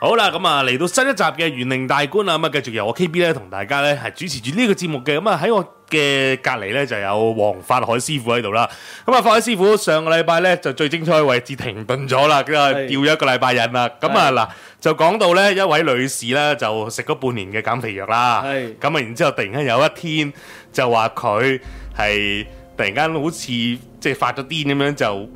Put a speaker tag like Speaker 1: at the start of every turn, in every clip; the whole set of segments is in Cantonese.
Speaker 1: 好啦，咁啊嚟到新一集嘅玄靈大觀啦，咁啊繼續由我 KB 咧同大家咧係主持住呢個節目嘅，咁啊喺我嘅隔離咧就有黃法海師傅喺度啦。咁啊，法海師傅上個禮拜咧就最精彩嘅位置停頓咗啦，咁啊
Speaker 2: 係
Speaker 1: 吊咗一個禮拜癮啦。咁啊嗱，就講到咧一位女士咧就食咗半年嘅減肥藥啦，
Speaker 2: 係
Speaker 1: 咁啊然之後突然間有一天就話佢係突然間好似即係發咗癲咁樣就，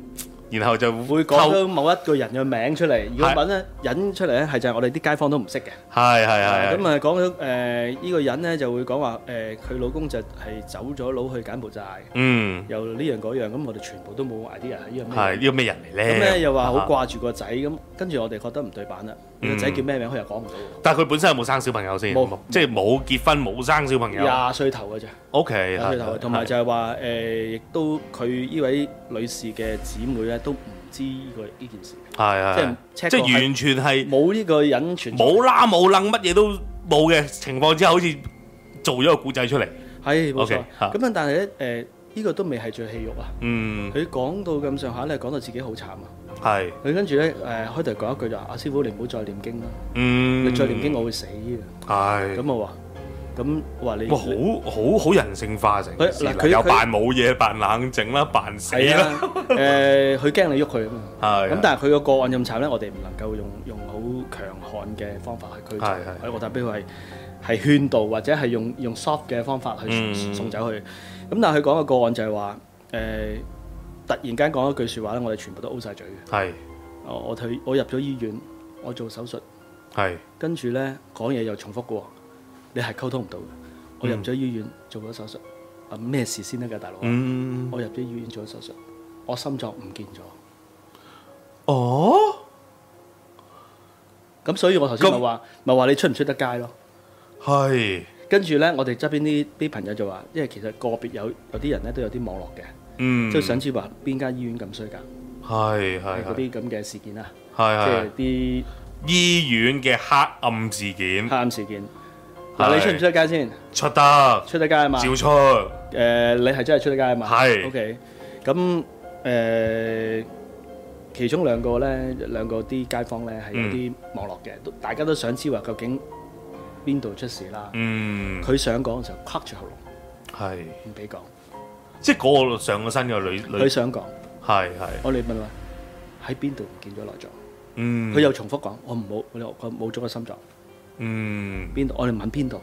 Speaker 1: 然後就
Speaker 2: 會
Speaker 1: 透
Speaker 2: 講到某一個人嘅名出嚟，如果揾咧引出嚟咧，係就係我哋啲街坊都唔識嘅。
Speaker 1: 係係係
Speaker 2: 咁啊講到誒呢個人咧，就會講話誒佢老公就係走咗佬去柬埔寨，
Speaker 1: 嗯。
Speaker 2: 又呢樣嗰樣，咁我哋全部都冇 idea 係呢樣
Speaker 1: 係
Speaker 2: 咩。
Speaker 1: 呢個咩人嚟咧？
Speaker 2: 咁咧又話好
Speaker 1: 啊，
Speaker 2: 掛住個仔，咁跟住我哋覺得唔對版啦。
Speaker 1: 嗯
Speaker 2: 個仔叫咩名？佢又講唔到
Speaker 1: 但係佢本身有冇生小朋友先？
Speaker 2: 冇
Speaker 1: 即係冇結婚冇生小朋
Speaker 2: 喎。
Speaker 1: 友。
Speaker 2: 廿歲頭嘅咋，
Speaker 1: O K，
Speaker 2: 廿歲頭，
Speaker 1: dạ.
Speaker 2: 同埋就係話誒，亦都佢呢位女士嘅姊妹咧，都唔知呢個呢件事，
Speaker 1: 係
Speaker 2: 即
Speaker 1: 係
Speaker 2: 係 check
Speaker 1: 即
Speaker 2: 過係
Speaker 1: 係完全係
Speaker 2: 冇呢個人存在。
Speaker 1: 冇啦冇楞，乜嘢都冇嘅情況之下，好似做咗個故仔出嚟。
Speaker 2: 係冇
Speaker 1: OK，
Speaker 2: 錯。
Speaker 1: 嚇
Speaker 2: 咁樣啊但係咧，誒、呢個都未係最戲肉啊！
Speaker 1: 嗯，
Speaker 2: 佢講到咁上下咧，講到自己好慘啊！
Speaker 1: 係，
Speaker 2: 佢跟住咧，誒、開頭講一句就啊話：阿、師傅，你唔好再念經啦，
Speaker 1: 嗯，
Speaker 2: 你再念經我會死嘅。
Speaker 1: 係。
Speaker 2: 咁我話：咁我話你
Speaker 1: 哇，好好好人性化成件事
Speaker 2: 佢
Speaker 1: 啦，
Speaker 2: 嗱佢
Speaker 1: 又
Speaker 2: 佢
Speaker 1: 扮冇嘢，扮冷靜啦，扮死
Speaker 2: 係
Speaker 1: 啦，
Speaker 2: 啊！誒，佢驚你喐佢啊嘛。
Speaker 1: 係
Speaker 2: 咁
Speaker 1: 啊。
Speaker 2: 但係佢個個案咁慘咧，我哋唔能夠用用好強悍嘅方法去
Speaker 1: 係
Speaker 2: 驅逐
Speaker 1: 係。
Speaker 2: 我我特別係係勸導或者係用用 soft 嘅方法去
Speaker 1: 嗯
Speaker 2: 送送走佢。咁但係佢講嘅個案就係話誒，突然間講一句説話咧，我哋全部都 O 晒嘴嘅。
Speaker 1: 係
Speaker 2: 我我退我入咗醫院，我做手術，
Speaker 1: 係
Speaker 2: 跟住呢講嘢又重複嘅喎，你係溝通唔到嘅。我入咗醫院做咗手術，啊咩事先得㗎，大佬？
Speaker 1: 嗯
Speaker 2: 我入咗醫院做咗手術，我心臟唔見咗，
Speaker 1: 哦
Speaker 2: 咁所以我頭先
Speaker 1: 咁
Speaker 2: 咪話咪話你出唔出得街咯？
Speaker 1: 係
Speaker 2: 跟住呢，我哋側邊啲啲朋友就話，因為其實個別有有啲人呢都有啲網絡嘅，
Speaker 1: 嗯
Speaker 2: 即係想知話邊間醫院咁衰㗎，
Speaker 1: 係係
Speaker 2: 嗰
Speaker 1: 係
Speaker 2: 啲咁嘅事件啦，即
Speaker 1: 係係
Speaker 2: 係啲
Speaker 1: 醫院嘅黑暗事件
Speaker 2: 黑暗事件。嗱，你出唔出得街先？
Speaker 1: 出得
Speaker 2: 出得街啊嘛？
Speaker 1: 照出，
Speaker 2: 誒、你係真係出得街啊嘛？
Speaker 1: 係
Speaker 2: OK，咁誒、其中兩個咧，兩個啲街坊咧係
Speaker 1: 嗯
Speaker 2: 有啲網絡嘅，都大家都想知話究竟邊度出事啦。
Speaker 1: 嗯
Speaker 2: 佢、想講嘅時候，框住喉嚨
Speaker 1: 係，
Speaker 2: 唔俾講。
Speaker 1: 即係嗰個上個身嘅女
Speaker 2: 佢
Speaker 1: 女
Speaker 2: 想講，
Speaker 1: 係係，
Speaker 2: 我哋問話喺邊度唔見咗內臟？
Speaker 1: 嗯
Speaker 2: 佢、又重複講，我唔冇，我有我冇咗個心臟
Speaker 1: 嗯
Speaker 2: 邊度？我哋問邊度？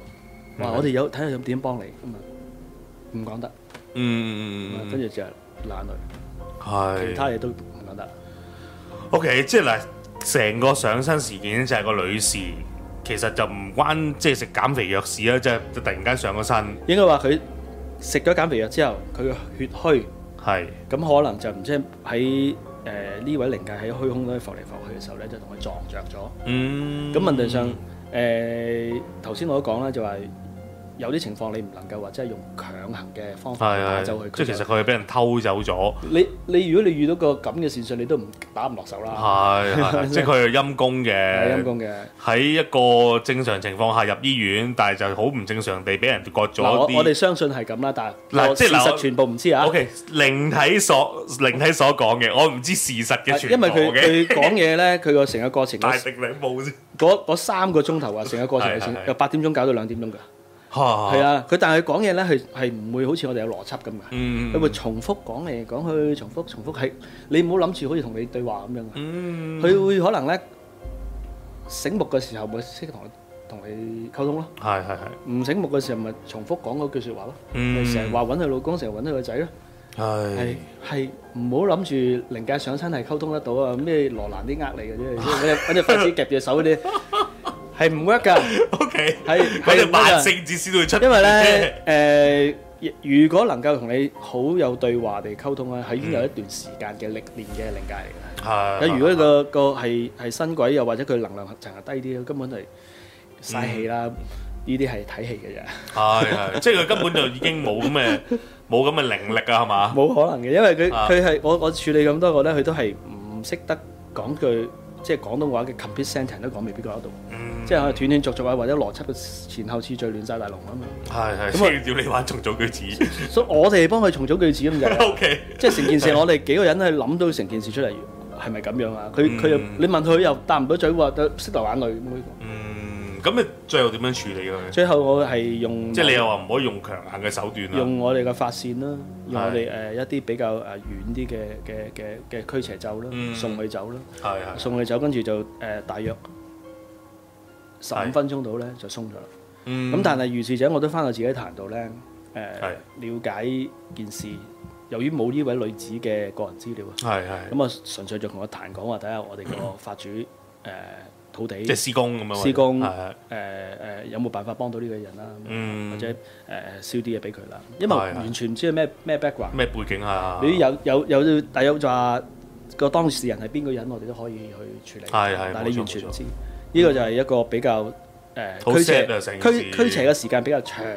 Speaker 2: 話
Speaker 1: 嗯
Speaker 2: 我哋有睇下有點幫你咁啊，唔講得。啊
Speaker 1: 嗯嗯嗯
Speaker 2: 跟住就係冷淚，其他
Speaker 1: 係
Speaker 2: 嘢都唔講得。
Speaker 1: ，OK，即係嗱，成個上身事件就係個女士。其實就唔關即係食減肥藥事啊啦，即係突然間上個身，
Speaker 2: 應該話佢食咗減肥藥之後，佢嘅血虛，
Speaker 1: 係
Speaker 2: 咁可能就唔知喺誒呢位靈界喺虛空咧浮嚟浮去嘅時候咧，就同佢撞着咗。
Speaker 1: 嗯
Speaker 2: 咁問題上，誒頭先我都講啦，就話有啲情況你唔能夠話真係用強行嘅方法去打
Speaker 1: 係
Speaker 2: 走
Speaker 1: 係，。
Speaker 2: 佢
Speaker 1: 即係其實佢係俾人偷走咗，
Speaker 2: 你你如果你遇到個咁嘅善信，你都唔打唔落手啦，
Speaker 1: 係 係，即係佢係陰公嘅，
Speaker 2: 係陰公嘅。
Speaker 1: 喺一個正常情況下入醫院，但係就好唔正常地俾人割咗
Speaker 2: 嗱，我我哋
Speaker 1: 啲。
Speaker 2: 相信係咁啦，但
Speaker 1: 嗱
Speaker 2: 係我
Speaker 1: 即係
Speaker 2: 事
Speaker 1: 嗱我
Speaker 2: 實全部唔知啊
Speaker 1: O。K，靈體所靈體所講嘅，我唔知事實嘅全
Speaker 2: 因為
Speaker 1: 部
Speaker 2: 佢
Speaker 1: 嘅。
Speaker 2: 佢講嘢咧，佢個成個過 程
Speaker 1: 大食兩步先，
Speaker 2: 嗰嗰三個鐘頭啊，成個過程係
Speaker 1: 係係係
Speaker 2: 先由八點鐘搞到兩點鐘㗎， 係
Speaker 1: 係，
Speaker 2: 啊，佢但係佢講嘢咧係係唔會好似我哋有邏輯咁㗎，
Speaker 1: 嗯
Speaker 2: 佢會重複講嚟講去，重複重複係你唔好諗住好似同你對話咁樣㗎，
Speaker 1: 嗯，
Speaker 2: 佢會可能咧醒目嘅時候咪識同你同你溝通咯，
Speaker 1: 係係係，
Speaker 2: 唔醒目嘅時候咪重複講嗰句説話咯，咪
Speaker 1: 嗯，
Speaker 2: 成日話揾佢老公，成日揾佢個仔咯，係
Speaker 1: 係
Speaker 2: 係唔好諗住靈界上身係溝通得到啊，咩羅蘭啲 呃你嘅啫，揾隻揾隻筷子夾住手嗰啲係唔 work 㗎。
Speaker 1: O K，
Speaker 2: 係
Speaker 1: 嗰隻
Speaker 2: 係
Speaker 1: 慢性子先會出，
Speaker 2: 因 為咧，誒、如果能夠同你好有對話地溝通咧，係已經有一段時間嘅歷練嘅靈界嚟嘅。
Speaker 1: 係，
Speaker 2: 咁如果個個係係新鬼，又或者佢能量層係低啲咧，根本係嘥氣啦。呢啲係睇戲嘅啫，
Speaker 1: 係係，即係佢根本就已經冇咁嘅 冇咁嘅靈力啊，係嘛？
Speaker 2: 冇可能嘅，因為佢
Speaker 1: 啊
Speaker 2: 佢係我我處理咁多個咧，佢都係唔識得講句即係廣東話嘅 complete sentence 都講未必講得到，
Speaker 1: 嗯，
Speaker 2: 即係可能斷斷續續啊，或者邏輯嘅前後次序亂晒大龍啊嘛。
Speaker 1: 係係，
Speaker 2: 咁啊
Speaker 1: 所以 要你玩重組句 子。
Speaker 2: 所以我哋幫佢重組句子咁就係啦。啊
Speaker 1: O K，
Speaker 2: 即係成件事，我哋幾個人去諗到成件事出嚟，係咪咁樣啊？佢佢又你問佢又答唔到嘴喎，就識流眼淚咁樣。
Speaker 1: 嗯，咁你最後點樣處理佢？
Speaker 2: 最後我係用
Speaker 1: 即係你又話唔可以用強硬嘅手段啊啦。
Speaker 2: 用我哋嘅髮線啦，用
Speaker 1: 係
Speaker 2: 我哋呃誒一啲比較誒遠啲嘅嘅嘅嘅驅邪咒啦
Speaker 1: 嗯，
Speaker 2: 送佢走啦，
Speaker 1: 係係，
Speaker 2: 送佢走，跟住就誒大約十
Speaker 1: 係
Speaker 2: 五分鐘到咧就鬆咗啦。
Speaker 1: 嗯
Speaker 2: 咁但係如是者我都翻到自己壇度咧，
Speaker 1: 係
Speaker 2: 誒了解件事。由於冇呢位女子嘅個人資料啊，
Speaker 1: 係係，嗯
Speaker 2: 咁啊純粹就同我壇講話，睇下我哋個法主誒土地
Speaker 1: 即係施工咁樣。
Speaker 2: 施工
Speaker 1: 係係
Speaker 2: 誒誒有冇辦法幫到呢個人啦，啊
Speaker 1: 嗯
Speaker 2: 或者誒燒啲嘢俾佢啦，因為
Speaker 1: 係係
Speaker 2: 完全唔知係咩咩 background，
Speaker 1: 咩背景啊？
Speaker 2: 你有有有大約就話個當事人係邊個人，我哋都可以去處理，
Speaker 1: 係係冇
Speaker 2: 但係
Speaker 1: 錯
Speaker 2: 你完全
Speaker 1: 冇
Speaker 2: 唔
Speaker 1: 錯
Speaker 2: 知，呢個就係一個比較誒
Speaker 1: 好
Speaker 2: 驅邪
Speaker 1: sad 啊成件事
Speaker 2: 驅驅邪嘅時間比較長啊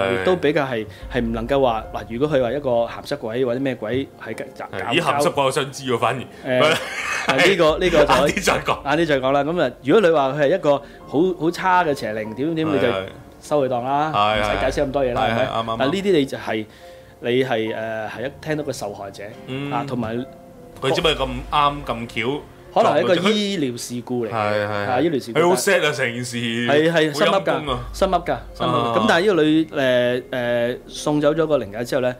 Speaker 1: 係
Speaker 2: 亦都比較係係唔能夠話嗱，如果佢話一個鹹濕鬼或者咩鬼喺搞
Speaker 1: 係咦鹹濕
Speaker 2: 搞
Speaker 1: 鬼我想知喎，反而
Speaker 2: 誒呢個呢個 就
Speaker 1: 晏
Speaker 2: 可以
Speaker 1: 啲再講。
Speaker 2: 晏啲再講啦。咁啊，如果你話佢係一個好好差嘅邪靈點點點，你就
Speaker 1: 係係
Speaker 2: 收佢檔啦，
Speaker 1: 係
Speaker 2: 唔使解釋咁多嘢啦，
Speaker 1: 係
Speaker 2: 係
Speaker 1: 係
Speaker 2: 咪？
Speaker 1: 啱啱啱
Speaker 2: 但呢啲你就係你係誒係一聽到個受害者
Speaker 1: 嗯
Speaker 2: 啊，同埋
Speaker 1: 佢只不過咁啱咁巧，
Speaker 2: 可能係一個
Speaker 1: 撞到佢
Speaker 2: 醫療事故嚟嘅，
Speaker 1: 係係
Speaker 2: 啊醫療事故
Speaker 1: 佢好 sad 啊！成件事
Speaker 2: 係係
Speaker 1: 好
Speaker 2: 心
Speaker 1: 陰
Speaker 2: 噏
Speaker 1: 功
Speaker 2: 㗎
Speaker 1: 啊！，
Speaker 2: 心噏㗎，心噏
Speaker 1: 啊
Speaker 2: 㗎。咁但係呢個女誒誒送走咗個靈界之後咧，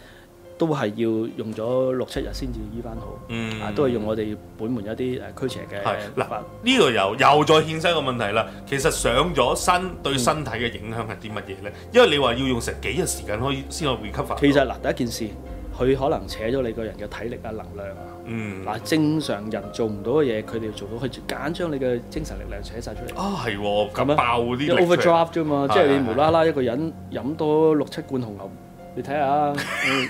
Speaker 2: 都係要用咗六七日先至醫翻好，
Speaker 1: 嗯
Speaker 2: 啊都係用我哋本門一啲誒驅邪嘅
Speaker 1: 係嗱
Speaker 2: 法，
Speaker 1: 呢度又又再衍生一個問題啦。其實上咗身對身體嘅影響係啲乜嘢咧？因為你話要用成幾日時間可以先可以 recover 到。
Speaker 2: 其實嗱，第一件事，佢可能扯咗你個人嘅體力啊、能量啊。
Speaker 1: 嗯
Speaker 2: 嗱，正常人做唔到嘅嘢，佢哋做到，佢就夾硬將你嘅精神力量扯晒出嚟。
Speaker 1: 啊係喎，
Speaker 2: 咁
Speaker 1: 咁
Speaker 2: 啊
Speaker 1: 爆啲
Speaker 2: 你
Speaker 1: 力出嚟
Speaker 2: overdrive 啫嘛，
Speaker 1: 係
Speaker 2: 即係
Speaker 1: 係
Speaker 2: 你無啦啦一個人飲多六七罐紅牛，你睇下，嗯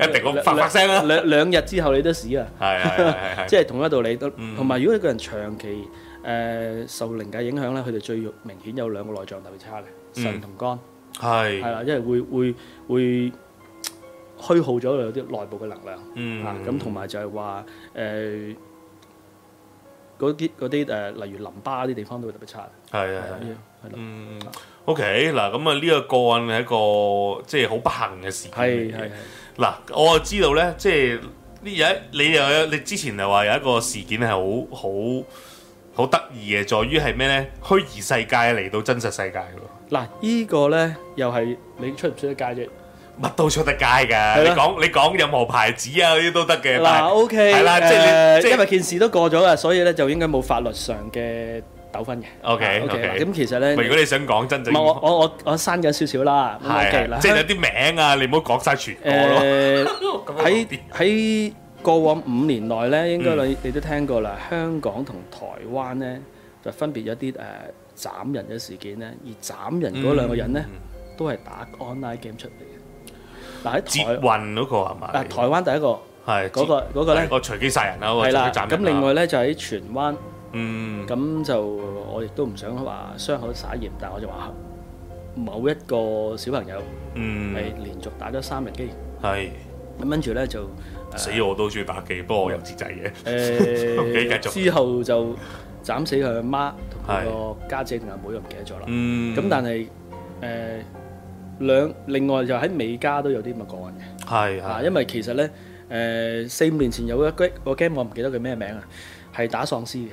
Speaker 1: 一定咁發發聲啦。
Speaker 2: 兩兩日之後你都屎啊！
Speaker 1: 係係係係
Speaker 2: 即
Speaker 1: 係
Speaker 2: 係同一道理都，
Speaker 1: 嗯
Speaker 2: 同埋如果一個人長期誒、呃受靈界影響咧，佢哋最明顯有兩個內臟特別差嘅，
Speaker 1: 嗯
Speaker 2: 腎同肝，係
Speaker 1: 係
Speaker 2: 啦、因為會會會嘖虛耗咗有啲內部嘅能量、啊，
Speaker 1: 嗯
Speaker 2: 咁同埋就係話誒嗰啲嗰啲誒，例如淋巴啲地方都會特別差，
Speaker 1: 係係
Speaker 2: 係啦
Speaker 1: 係。，
Speaker 2: 係啦，
Speaker 1: 嗯，OK ờ, 嗱，咁啊呢個個案係一個即係好不幸嘅事件嚟
Speaker 2: 係
Speaker 1: 嘅
Speaker 2: 係係。
Speaker 1: 嗱，我就知道咧，即係呢有一你又有你之前又話有一個事件係好好好得意嘅，在於係咩咧？虛擬世界嚟到真實世界喎，
Speaker 2: 嗱，依個咧又係你出唔出得街啫？
Speaker 1: 乜都出得街㗎。
Speaker 2: 係
Speaker 1: 你
Speaker 2: 啦
Speaker 1: 講你講任何牌子啊嗰啲都得嘅。但
Speaker 2: 嗱
Speaker 1: 係
Speaker 2: ，OK，Ờ,
Speaker 1: 係啦即係你
Speaker 2: 誒
Speaker 1: 即係
Speaker 2: 因為件事都過咗啦，所以咧就應該冇法律上嘅糾紛嘅。
Speaker 1: OK，
Speaker 2: 啊
Speaker 1: OK
Speaker 2: 嗱咁其實咧，
Speaker 1: 喂如
Speaker 2: 唔
Speaker 1: 果你想講真正
Speaker 2: 係我我我我刪緊少少啦。咁 OK
Speaker 1: 係
Speaker 2: 啦，
Speaker 1: 啊即係有啲名啊，你唔好講晒全個
Speaker 2: Ờ,
Speaker 1: 咯。
Speaker 2: 誒
Speaker 1: 咁 樣講啲
Speaker 2: 喺喺過往五年內咧，應該你你都聽過啦，香港同台灣咧就分別有啲誒斬人嘅事件咧，而斬人嗰兩個人咧都係打 online game 出嚟嘅。嗱
Speaker 1: 捷
Speaker 2: 喺台
Speaker 1: 運嗰個係嘛？
Speaker 2: 嗱台灣第一個
Speaker 1: 係
Speaker 2: 嗰個嗰個咧
Speaker 1: 係個隨機殺人啦，嗰個
Speaker 2: 係啦，
Speaker 1: 隨機斬
Speaker 2: 咁
Speaker 1: 人啦
Speaker 2: 另外咧就喺荃灣。
Speaker 1: 嗯
Speaker 2: 咁就我亦都唔想話傷口撒鹽，但我就話某一個小朋友
Speaker 1: 嗯
Speaker 2: 係連續打咗三日機，
Speaker 1: 係
Speaker 2: 咁跟住咧就
Speaker 1: 死我都中意打機，不過我有節制嘅。繼
Speaker 2: 誒
Speaker 1: 續
Speaker 2: 之後就斬死佢阿媽同佢個家姐同阿妹，我唔記得咗啦。
Speaker 1: 嗯，
Speaker 2: 咁但係誒兩另外就喺美加都有啲咁嘅個案嘅，
Speaker 1: 係
Speaker 2: 啊，
Speaker 1: 係
Speaker 2: 因為其實咧誒四五年前有一個個 game 我唔記得佢咩名啊，係打喪屍嘅，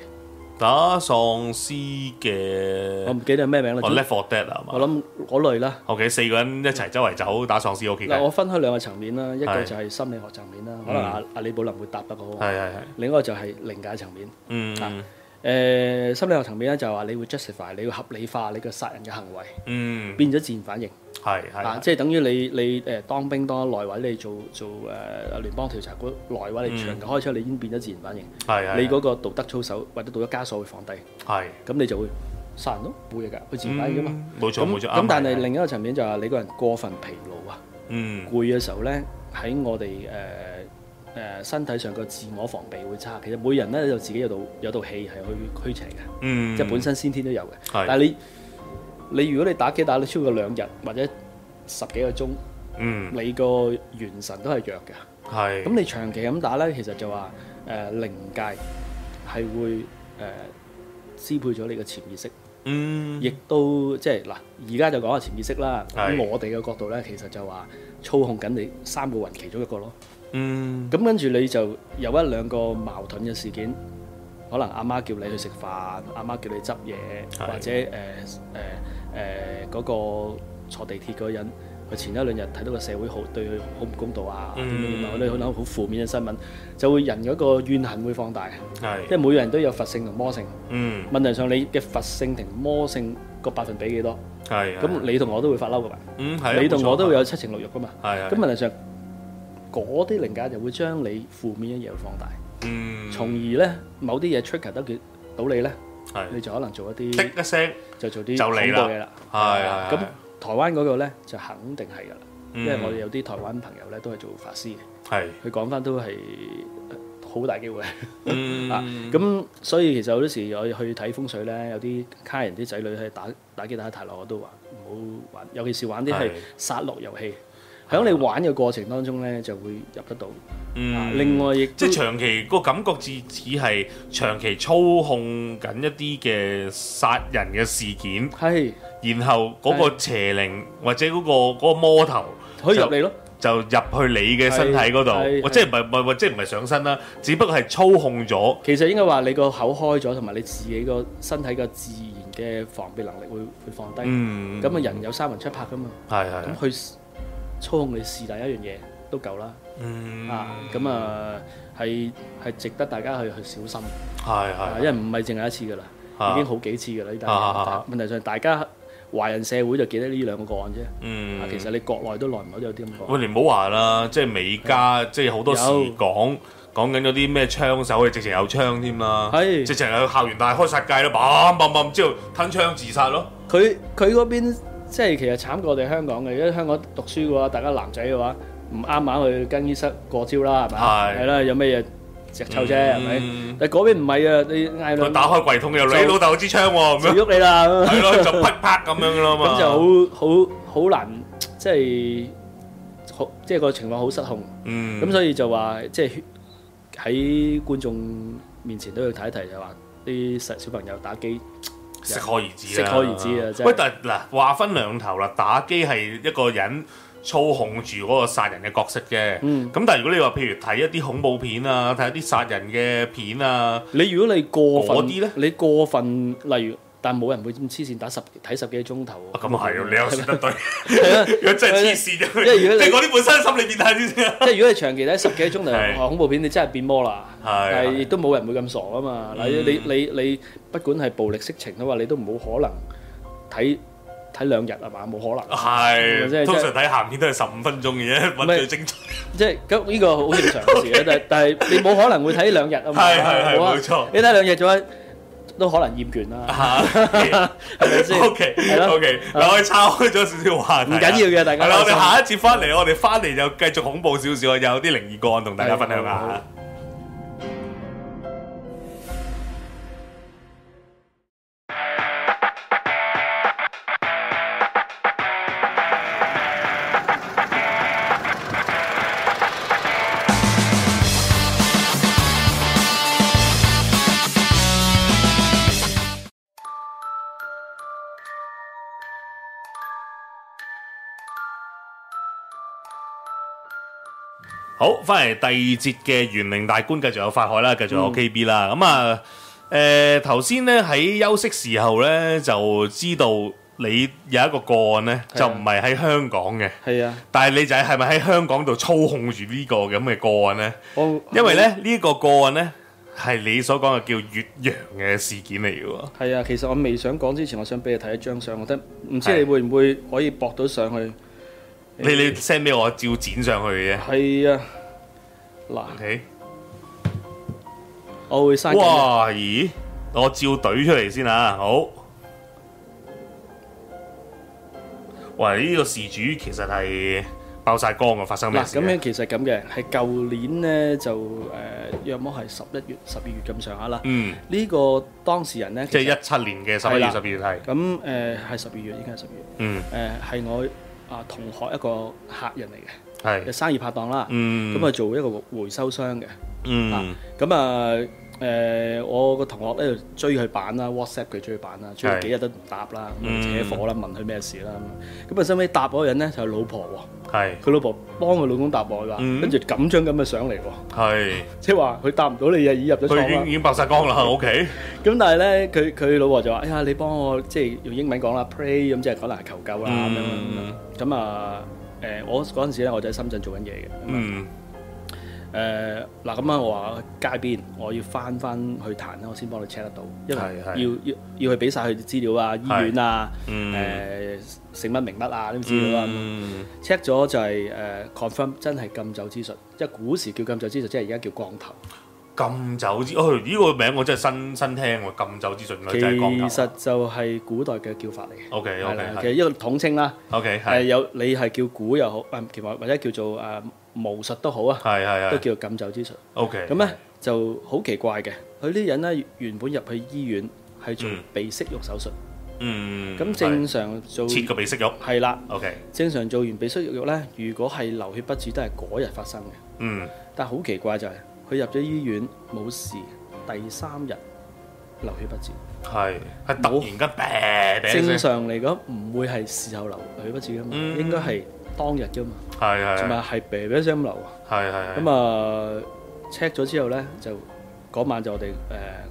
Speaker 1: 打喪屍
Speaker 2: 我
Speaker 1: 嘅，
Speaker 2: 唔記得咩名啦
Speaker 1: 我。Left Ờ, 4 Dead 啊
Speaker 2: 我
Speaker 1: 嘛。
Speaker 2: 諗嗰類啦。
Speaker 1: OK，四個人一齊周圍走打喪屍 OK
Speaker 2: 嗱，我
Speaker 1: 嘅，
Speaker 2: 分開兩個層面啦，一個
Speaker 1: 係嗯
Speaker 2: 就係心理學層面啦，可能阿阿李寶林會答得好好。
Speaker 1: 係係係，
Speaker 2: 另一個就係靈界層面。
Speaker 1: 嗯
Speaker 2: 誒，心理學層面咧就係話你會 justify，你要合理化你個殺人嘅行為，
Speaker 1: ừ. 嗯，
Speaker 2: 變咗自然反應
Speaker 1: 係
Speaker 2: 啊，
Speaker 1: 係
Speaker 2: 即係等於你你誒當兵當得耐或者你做做誒聯邦調查官耐或者你長期開槍，你已經變咗自然反應，
Speaker 1: 嗯係係，
Speaker 2: 你嗰個道德操守或者道德枷鎖會放低，
Speaker 1: 係
Speaker 2: 咁你就會殺人咯，冇嘢㗎，佢
Speaker 1: Ừ,
Speaker 2: 自然反應㗎嘛。
Speaker 1: 嗯冇錯
Speaker 2: 咁
Speaker 1: 冇錯，
Speaker 2: 咁
Speaker 1: 啱
Speaker 2: 但
Speaker 1: 啱
Speaker 2: 係另一個層面就係你個人過分疲勞啊。
Speaker 1: 嗯
Speaker 2: 攰嘅時候咧，喺我哋誒誒身體上個自我防備會差。其實每人咧就自己有道有道氣係去驅邪嘅，
Speaker 1: 嗯，
Speaker 2: 即係本身先天都有嘅。但
Speaker 1: 係
Speaker 2: 係你你如果你打機打到超過兩日或者十幾個鐘，
Speaker 1: 嗯
Speaker 2: 你個元神都係弱嘅。
Speaker 1: 係
Speaker 2: 咁你長期咁打咧，其實就話誒、呃、靈界係會誒、呃支配咗你嘅潛意識。
Speaker 1: Ừ, 嗯
Speaker 2: 亦都即係嗱，而家就講下潛意識啦。
Speaker 1: 係
Speaker 2: 咁我哋嘅角度咧，其實就話操控緊你三個運其中一個咯。
Speaker 1: ừ. 嗯
Speaker 2: 咁跟住你就有一兩個矛盾嘅事件，可能阿媽叫你去食飯，阿媽叫你執嘢，
Speaker 1: 係
Speaker 2: 或者誒誒誒嗰個坐地鐵嗰個人，佢前一兩日睇到個社會好對佢好唔公道啊，點樣點樣，我哋可能好負面嘅新聞，就會人嗰個怨恨會放大，因
Speaker 1: 係
Speaker 2: 為每個人都有佛性同魔性。
Speaker 1: 嗯
Speaker 2: 問題上你嘅佛性同魔性個百分比幾多？
Speaker 1: 係
Speaker 2: 咁你同我都會發嬲噶嘛，
Speaker 1: 嗯係啊
Speaker 2: 你同我都會
Speaker 1: 冇
Speaker 2: 有七情六欲噶嘛。
Speaker 1: 錯係係
Speaker 2: 咁問題上，嗰啲靈界就會將你負面嘅嘢放大，
Speaker 1: 嗯
Speaker 2: 從而咧某啲嘢 trigger 得佢到你咧，
Speaker 1: 係
Speaker 2: 你就可能做一
Speaker 1: 滴
Speaker 2: 啲
Speaker 1: 一聲
Speaker 2: 就做啲
Speaker 1: 就
Speaker 2: 恐
Speaker 1: 嚟
Speaker 2: 怖
Speaker 1: 啦
Speaker 2: 嘢啦。
Speaker 1: 係係
Speaker 2: 咁
Speaker 1: 係
Speaker 2: 台灣嗰個咧就肯定係噶啦，因為
Speaker 1: 嗯
Speaker 2: 我哋有啲台灣朋友咧都係做法師嘅，
Speaker 1: 係
Speaker 2: 佢講翻都係呃好大機會。
Speaker 1: 嗯
Speaker 2: 啊，咁所以其實有啲時我去睇風水咧，有啲卡人啲仔女喺打打機打得太耐，我都話唔好玩，尤其是玩啲係
Speaker 1: 係
Speaker 2: 殺戮遊戲。喺你玩嘅過程當中咧，就會入得到。啊
Speaker 1: 嗯
Speaker 2: 另外亦
Speaker 1: 即
Speaker 2: 都
Speaker 1: 係長期個感覺似似係長期操控緊一啲嘅殺人嘅事件，
Speaker 2: 係
Speaker 1: 然後嗰個邪靈或者嗰個嗰個魔頭
Speaker 2: 可以入
Speaker 1: 就
Speaker 2: 嚟咯，
Speaker 1: 就入去你嘅身體嗰
Speaker 2: 係係
Speaker 1: 度，或者唔係唔係或者唔係上身啦，只不過係操控咗。
Speaker 2: 其實應該話你個口開咗，同埋你自己個身體個自然嘅防備能力會會放
Speaker 1: Ừ.
Speaker 2: 低。
Speaker 1: 嗯，
Speaker 2: 咁啊，人有三魂七魄噶嘛，
Speaker 1: 係係啊
Speaker 2: 咁去操控你是但一樣嘢都夠啦。
Speaker 1: 嗯
Speaker 2: 啊，咁啊係係值得大家去去小心。
Speaker 1: 係
Speaker 2: 啊
Speaker 1: 係
Speaker 2: 因為唔係淨係一次㗎啦，
Speaker 1: 啊
Speaker 2: 已經好幾次㗎啦呢單
Speaker 1: 啊啊啊
Speaker 2: 嘢。問題上大家華人社會就記得呢兩個個案啫。
Speaker 1: 嗯
Speaker 2: 啊，其實你國內都耐唔耐都有啲咁個
Speaker 1: 喂，
Speaker 2: 案。
Speaker 1: 你唔好話啦，即係美加，即係好多時
Speaker 2: 啊有
Speaker 1: 講講緊嗰啲咩槍手，佢直情有槍添啦，
Speaker 2: 係
Speaker 1: 直情係校園大開殺戒啦，砰砰砰之後吞槍自殺咯，
Speaker 2: 佢佢嗰邊即係其實慘過我哋香港嘅，因為香港讀書嘅話，大家男仔嘅話唔啱啱去更衣室過招啦，係咪？啊
Speaker 1: 係
Speaker 2: 係啦，有咩嘢隻臭啫，係咪
Speaker 1: 嗯？
Speaker 2: 但係嗰邊唔係啊，你嗌
Speaker 1: 佢
Speaker 2: 兩
Speaker 1: 打開櫃桶又你
Speaker 2: 就
Speaker 1: 老豆有支槍喎，咁
Speaker 2: 就
Speaker 1: 樣
Speaker 2: 喐你啦，咁
Speaker 1: 係 咯，就啪啪咁啊樣咯嘛，
Speaker 2: 咁就好好好難，即係好即係個情況好失控。
Speaker 1: 嗯
Speaker 2: 咁所以就話即係喺觀眾面前都要睇一睇，就話啲細小朋友打機，
Speaker 1: 適可而止
Speaker 2: 適
Speaker 1: 啦。
Speaker 2: 可而止啊真係
Speaker 1: 喂，但係嗱話分兩頭啦，打機係一個人操控住嗰個殺人嘅角色嘅。咁、
Speaker 2: 嗯
Speaker 1: 但係如果你話譬如睇一啲恐怖片啊，睇一啲殺人嘅片啊，
Speaker 2: 你如果你過
Speaker 1: 嗰
Speaker 2: 分
Speaker 1: 啲呢
Speaker 2: 你過分例如，但冇人會咁黐線打十睇十幾個鐘頭
Speaker 1: 啊。咁啊係喎，你又説得對。
Speaker 2: 嗯係 啊
Speaker 1: 如果真係黐線咗，
Speaker 2: 因為如果你
Speaker 1: 即係嗰啲本身心理變態先先啊。
Speaker 2: 即係如果你長期睇十幾個鐘 頭
Speaker 1: 係
Speaker 2: 哦恐怖片，你真係變魔啦。
Speaker 1: 係啊
Speaker 2: 但係
Speaker 1: 係
Speaker 2: 亦都冇人會咁傻啊嘛。嗱，你你你你，不管係暴力色情都話，你都冇可能睇睇兩日係嘛？冇可能。咪即
Speaker 1: 係，
Speaker 2: 係
Speaker 1: 通常睇鹹片都係十五分鐘嘅啫，揾最 精彩。
Speaker 2: 即係咁呢個好正常嘅事啦，但係但係你冇可能會睇兩日啊嘛，
Speaker 1: 係係係
Speaker 2: 好啊
Speaker 1: 冇錯
Speaker 2: 你睇兩日咗都可能厭 倦啦，
Speaker 1: 嚇
Speaker 2: 係咪先？
Speaker 1: O K，
Speaker 2: 係咯啊
Speaker 1: O K，嗱我哋岔開咗少少話題啊，
Speaker 2: 唔緊要嘅大家
Speaker 1: 係啦，我哋
Speaker 2: 開心
Speaker 1: 下一節翻嚟，我哋翻嚟就繼續恐怖少少，有啲靈異個案同大家分享
Speaker 2: 係好
Speaker 1: 下
Speaker 2: 好。
Speaker 1: 好，翻嚟第二節嘅玄靈大觀，繼續有法海啦，繼續有 K B 啦。咁啊，誒頭先咧喺休息時候咧就知道你有一個個案咧，
Speaker 2: 係啊
Speaker 1: 就唔係喺香港嘅，
Speaker 2: 係啊，
Speaker 1: 但係你就係係咪喺香港度操控住呢個咁嘅個案咧？
Speaker 2: 我
Speaker 1: 因為咧呢個個案咧係你所講嘅叫越洋嘅事件嚟嘅喎。
Speaker 2: 係啊，其實我未想講之前，我想俾你睇一張相，我覺得唔知
Speaker 1: 係
Speaker 2: 你會唔會可以駁到上去？
Speaker 1: 你你 send 俾我，照剪上去嘅啫。
Speaker 2: 係啊，嗱，
Speaker 1: OK，
Speaker 2: 我會刪緊嘅
Speaker 1: 哇咦，我照懟出嚟先啊，好。喂，呢、個事主其實係爆晒光啊！發生咩
Speaker 2: 嗱，
Speaker 1: 事
Speaker 2: 咁
Speaker 1: 啊？
Speaker 2: 樣其實咁嘅，係舊年咧就誒，約莫係十一月、十二月咁上下啦。
Speaker 1: 嗯，
Speaker 2: 呢個當事人咧，
Speaker 1: 即係
Speaker 2: 其實
Speaker 1: 一七年嘅十一
Speaker 2: 係
Speaker 1: 月、
Speaker 2: 啦
Speaker 1: 十二月係，
Speaker 2: 咁誒係十二月，應該係十二月。
Speaker 1: 嗯，
Speaker 2: 誒係我啊同學一個客人嚟嘅，嘅
Speaker 1: 係，
Speaker 2: 生意拍檔啦。咁
Speaker 1: 嗯，
Speaker 2: 啊做一個回收商嘅，
Speaker 1: 嗯，
Speaker 2: 咁啊誒、我個同學咧就追佢版啦，WhatsApp 佢追佢版啦，追咗幾日都唔答啦，咁啊
Speaker 1: 嗯
Speaker 2: 就扯火啦，問佢咩事啦。咁啊，收尾答嗰個人咧就係老婆喎，
Speaker 1: 係
Speaker 2: 佢老婆幫佢老公答我㗎，
Speaker 1: 嗯
Speaker 2: 跟住咁張咁嘅相嚟喎，
Speaker 1: 係，
Speaker 2: 即係話佢答唔到你啊，已入咗
Speaker 1: 佢已
Speaker 2: 倉
Speaker 1: 經
Speaker 2: 啦
Speaker 1: 已。經白晒光啦，OK，
Speaker 2: 咁但係咧，佢佢老婆就話：哎呀，你幫我即係用英文講啦，pray 咁即係可能係求救啦咁樣
Speaker 1: 嗯
Speaker 2: 咁樣。咁啊誒，我嗰陣時咧我就喺深圳做緊嘢嘅。咁啊
Speaker 1: 嗯
Speaker 2: 誒嗱咁啊，我話街邊我要翻翻去彈咧，我先幫你 check 得到，因
Speaker 1: 係係
Speaker 2: 為要要要去俾晒佢啲資料啊、醫院啊、
Speaker 1: 嗯
Speaker 2: 誒姓乜名乜啊啲資料啊。
Speaker 1: 嗯
Speaker 2: check 咗就係誒 confirm 真係禁酒之術，即係古時叫禁酒之術，即係而家叫降頭。
Speaker 1: 禁酒之，哦呢個名我真係新新聽喎，禁酒之訊
Speaker 2: 其
Speaker 1: 女哦真係講
Speaker 2: 實就係古代嘅叫法嚟嘅，
Speaker 1: OK
Speaker 2: 係啦，其
Speaker 1: OK
Speaker 2: 實一個統稱啦。
Speaker 1: OK
Speaker 2: 誒
Speaker 1: 係
Speaker 2: 有你係叫古又好，誒其實或者叫做誒巫術都好啊，
Speaker 1: 係係
Speaker 2: 都
Speaker 1: 係
Speaker 2: 叫做禁酒之術。
Speaker 1: OK
Speaker 2: 咁咧就好奇怪嘅，佢啲人咧原本入去醫院係做
Speaker 1: 嗯
Speaker 2: 鼻息肉手術，
Speaker 1: 嗯
Speaker 2: 咁正常做
Speaker 1: 係切個鼻息肉
Speaker 2: 係啦，
Speaker 1: OK
Speaker 2: 正常做完鼻息肉咧，如果係流血不止都係嗰日發生嘅，
Speaker 1: 嗯
Speaker 2: 但係好奇怪就係佢入咗醫院冇事，第三日流血不止，
Speaker 1: 係係突然間啤啤聲
Speaker 2: 正常嚟講唔會係事後流血不止噶嘛，
Speaker 1: 嗯
Speaker 2: 應該係當日噶嘛，
Speaker 1: 係係
Speaker 2: 同
Speaker 1: 係
Speaker 2: 埋係鼻鼻聲咁流啊。
Speaker 1: 係係
Speaker 2: 咁啊 check 咗之後咧，就嗰晚就我哋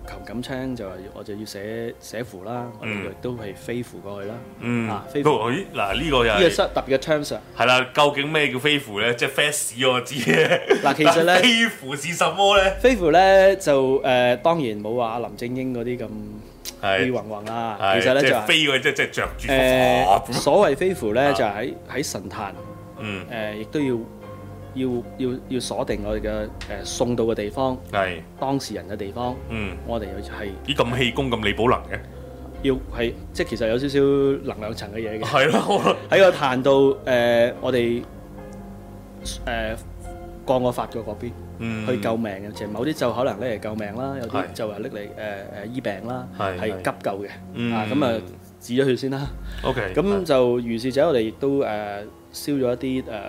Speaker 2: 誒、求感青就話我就要寫寫符啦，我哋
Speaker 1: 嗯
Speaker 2: 亦都係飛符過去啦。
Speaker 1: 嗯
Speaker 2: 啊飛
Speaker 1: 不
Speaker 2: 虎
Speaker 1: 過咦嗱呢個又
Speaker 2: 呢個
Speaker 1: 係
Speaker 2: 失特別 嘅 terms 啊
Speaker 1: 係啦，究竟咩叫飛狐咧？即係 fast 我知嘅。
Speaker 2: 嗱，其實
Speaker 1: 但
Speaker 2: 咧
Speaker 1: 飛狐是什麼咧？
Speaker 2: 飛符咧就誒、當然冇話林正英嗰啲咁
Speaker 1: 係
Speaker 2: 氣宏宏啦。
Speaker 1: 係
Speaker 2: 其實咧
Speaker 1: 即
Speaker 2: 就
Speaker 1: 係
Speaker 2: 係、
Speaker 1: 飛嘅，即係即係着 住服
Speaker 2: 誒、
Speaker 1: 服。
Speaker 2: 呃所謂飛符
Speaker 1: 啊
Speaker 2: 咧就係喺喺神壇誒、呃
Speaker 1: 嗯，
Speaker 2: 亦都要要要要鎖定我哋嘅誒送到嘅地方，
Speaker 1: 係，
Speaker 2: 當事人嘅地方，
Speaker 1: 嗯，
Speaker 2: 我哋又係
Speaker 1: 咦咁氣功咁李寶能嘅，
Speaker 2: 要係即係其實有少少能量層嘅嘢嘅。
Speaker 1: 係咯，我
Speaker 2: 喺個壇度誒，我哋誒降個法嘅嗰邊
Speaker 1: 嗯
Speaker 2: 去救命嘅，即係某啲就可能咧係救命啦，有
Speaker 1: 係
Speaker 2: 啲就係拎嚟誒誒醫病啦，
Speaker 1: 係
Speaker 2: 係
Speaker 1: 係
Speaker 2: 急救嘅
Speaker 1: 嗯
Speaker 2: 啊，咁啊治咗佢先啦。
Speaker 1: ，OK，
Speaker 2: 咁就如是者，我哋亦都誒燒咗一啲誒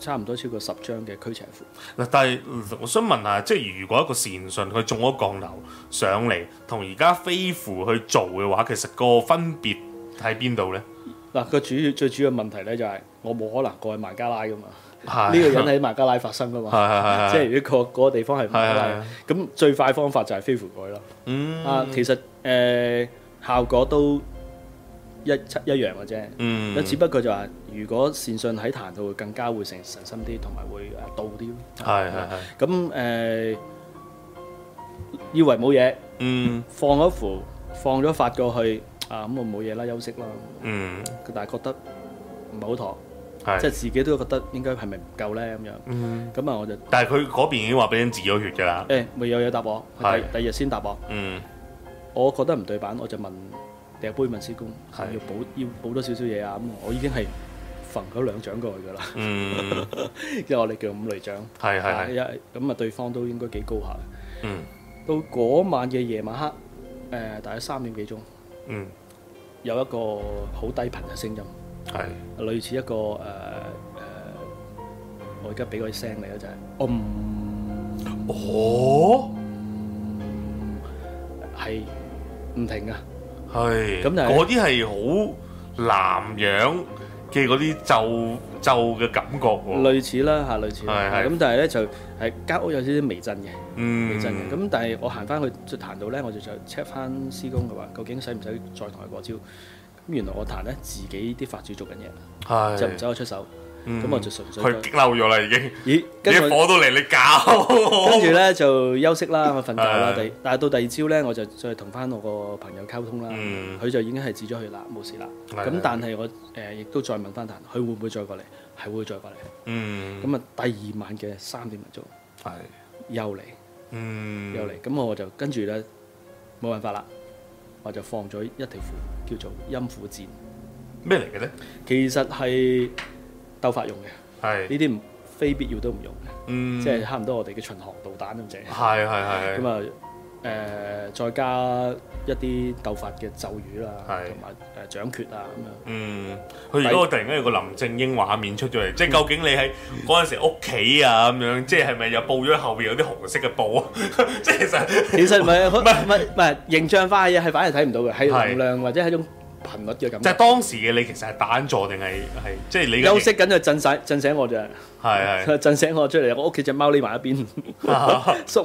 Speaker 2: 差唔多超過十張嘅驅邪符。
Speaker 1: 嗱，但係嗯我想問下，即係如果一個善信佢中咗降頭上嚟，同而家飛狐去做嘅話，其實個分別喺邊度咧？
Speaker 2: 嗱，個主要最主要嘅問題咧就係我冇可能過去孟加拉噶嘛，
Speaker 1: 係
Speaker 2: 呢個人喺孟加拉發生噶嘛
Speaker 1: 係。係係
Speaker 2: 即
Speaker 1: 係
Speaker 2: 係如果個嗰個地方係唔
Speaker 1: 係係
Speaker 2: 得，咁最快方法就係飛符改啦。
Speaker 1: 嗯
Speaker 2: 啊，其實誒、呃效果都一七一樣嘅啫。
Speaker 1: 嗯
Speaker 2: 咁只不過就話，如果善信喺彈度會更加會成神心啲，同埋會誒道啲咯。
Speaker 1: 係係係
Speaker 2: 咁誒、呃以為冇嘢，
Speaker 1: 嗯
Speaker 2: 放咗符，放咗法過去啊，咁我冇嘢啦，休息啦。
Speaker 1: 嗯
Speaker 2: 但係覺得唔係好妥，
Speaker 1: 係
Speaker 2: 即係自己都覺得應該係咪唔夠呢？咁樣。
Speaker 1: 嗯
Speaker 2: 咁啊，我就誒
Speaker 1: 但係佢嗰邊已經話俾人治咗血㗎啦。
Speaker 2: 未有嘢答我，佢
Speaker 1: 係
Speaker 2: 第第二日先答我。
Speaker 1: 嗯
Speaker 2: 我覺得唔對版，我就問掟杯問師公，
Speaker 1: 係
Speaker 2: 要補要補多少少嘢啊！咁我已經係揈咗兩掌過去噶啦，
Speaker 1: 嗯，
Speaker 2: 因為我哋叫五雷掌，
Speaker 1: 係係
Speaker 2: 啊
Speaker 1: 係，
Speaker 2: 因為咁啊對方都應該幾高下。
Speaker 1: 嗯
Speaker 2: 到嗰晚嘅夜晚黑，誒、大約三點幾鐘，
Speaker 1: 嗯
Speaker 2: 有一個好低頻嘅聲音，
Speaker 1: 係
Speaker 2: 類似一個誒誒、我而家俾個聲你啦，就係、嗯，
Speaker 1: 哦
Speaker 2: 係唔停噶。
Speaker 1: 係，
Speaker 2: 咁就係
Speaker 1: 嗰啲係好南洋嘅嗰啲咒咒嘅感覺喎，
Speaker 2: 類似啦嚇，類似啦
Speaker 1: 係係
Speaker 2: 咁但係咧就係間屋有少少微震嘅，
Speaker 1: 嗯
Speaker 2: 微震嘅。咁但係我行翻去就彈到咧，我就就 check 翻師公嘅話，究竟使唔使再同佢過招？咁原來我彈咧自己啲法主做緊嘢，
Speaker 1: 係
Speaker 2: 就唔使我出手。
Speaker 1: 嗯
Speaker 2: 咁我就純粹
Speaker 1: 佢激嬲咗啦，已經，
Speaker 2: 咦，跟
Speaker 1: 啲
Speaker 2: 住
Speaker 1: 火都嚟你搞，
Speaker 2: 跟住咧就休息啦，啊我瞓覺啦。
Speaker 1: 哦係
Speaker 2: 第但係到第二朝咧，我就再同翻我個朋友溝通啦。
Speaker 1: 嗯
Speaker 2: 佢就已經係治咗佢啦，冇事啦。
Speaker 1: 係
Speaker 2: 咁
Speaker 1: 係
Speaker 2: 但係我誒亦都再問翻彈，佢會唔會再過嚟？係會再過嚟。
Speaker 1: 嗯，
Speaker 2: 咁啊，第二晚嘅三點零鐘
Speaker 1: 係，
Speaker 2: 又嚟。
Speaker 1: 嗯，
Speaker 2: 又嚟，咁我就跟住咧冇辦法啦，我就放咗一條符，叫做陰符箭，
Speaker 1: 咩嚟嘅咧？
Speaker 2: 其實係鬥法用嘅，
Speaker 1: 係，
Speaker 2: 呢啲唔非必要都唔用嘅，
Speaker 1: 嗯，
Speaker 2: 即係差唔多我哋嘅巡航導彈咁滯。
Speaker 1: 係係係，
Speaker 2: 咁啊，再加一啲鬥法嘅咒語啦，
Speaker 1: 係
Speaker 2: 同埋誒掌訣啊咁 樣。
Speaker 1: 嗯，佢如果突然間有個林正英畫面出咗嚟，即係究竟你喺嗰陣時屋企啊咁樣，即係係咪又報咗後邊有啲紅色嘅布啊？ 即係其實
Speaker 2: 其實唔係，唔係唔係唔係形象化嘅嘢係反而睇唔到嘅，
Speaker 1: 係
Speaker 2: 係能量或者係一種頻率嘅感
Speaker 1: 就係
Speaker 2: 覺。
Speaker 1: 當時嘅你其實係打緊坐定係係即係你嘅
Speaker 2: 休息緊就震晒震醒我啫，
Speaker 1: 係係，
Speaker 2: 震醒我出嚟，我屋企只貓匿埋一邊， 縮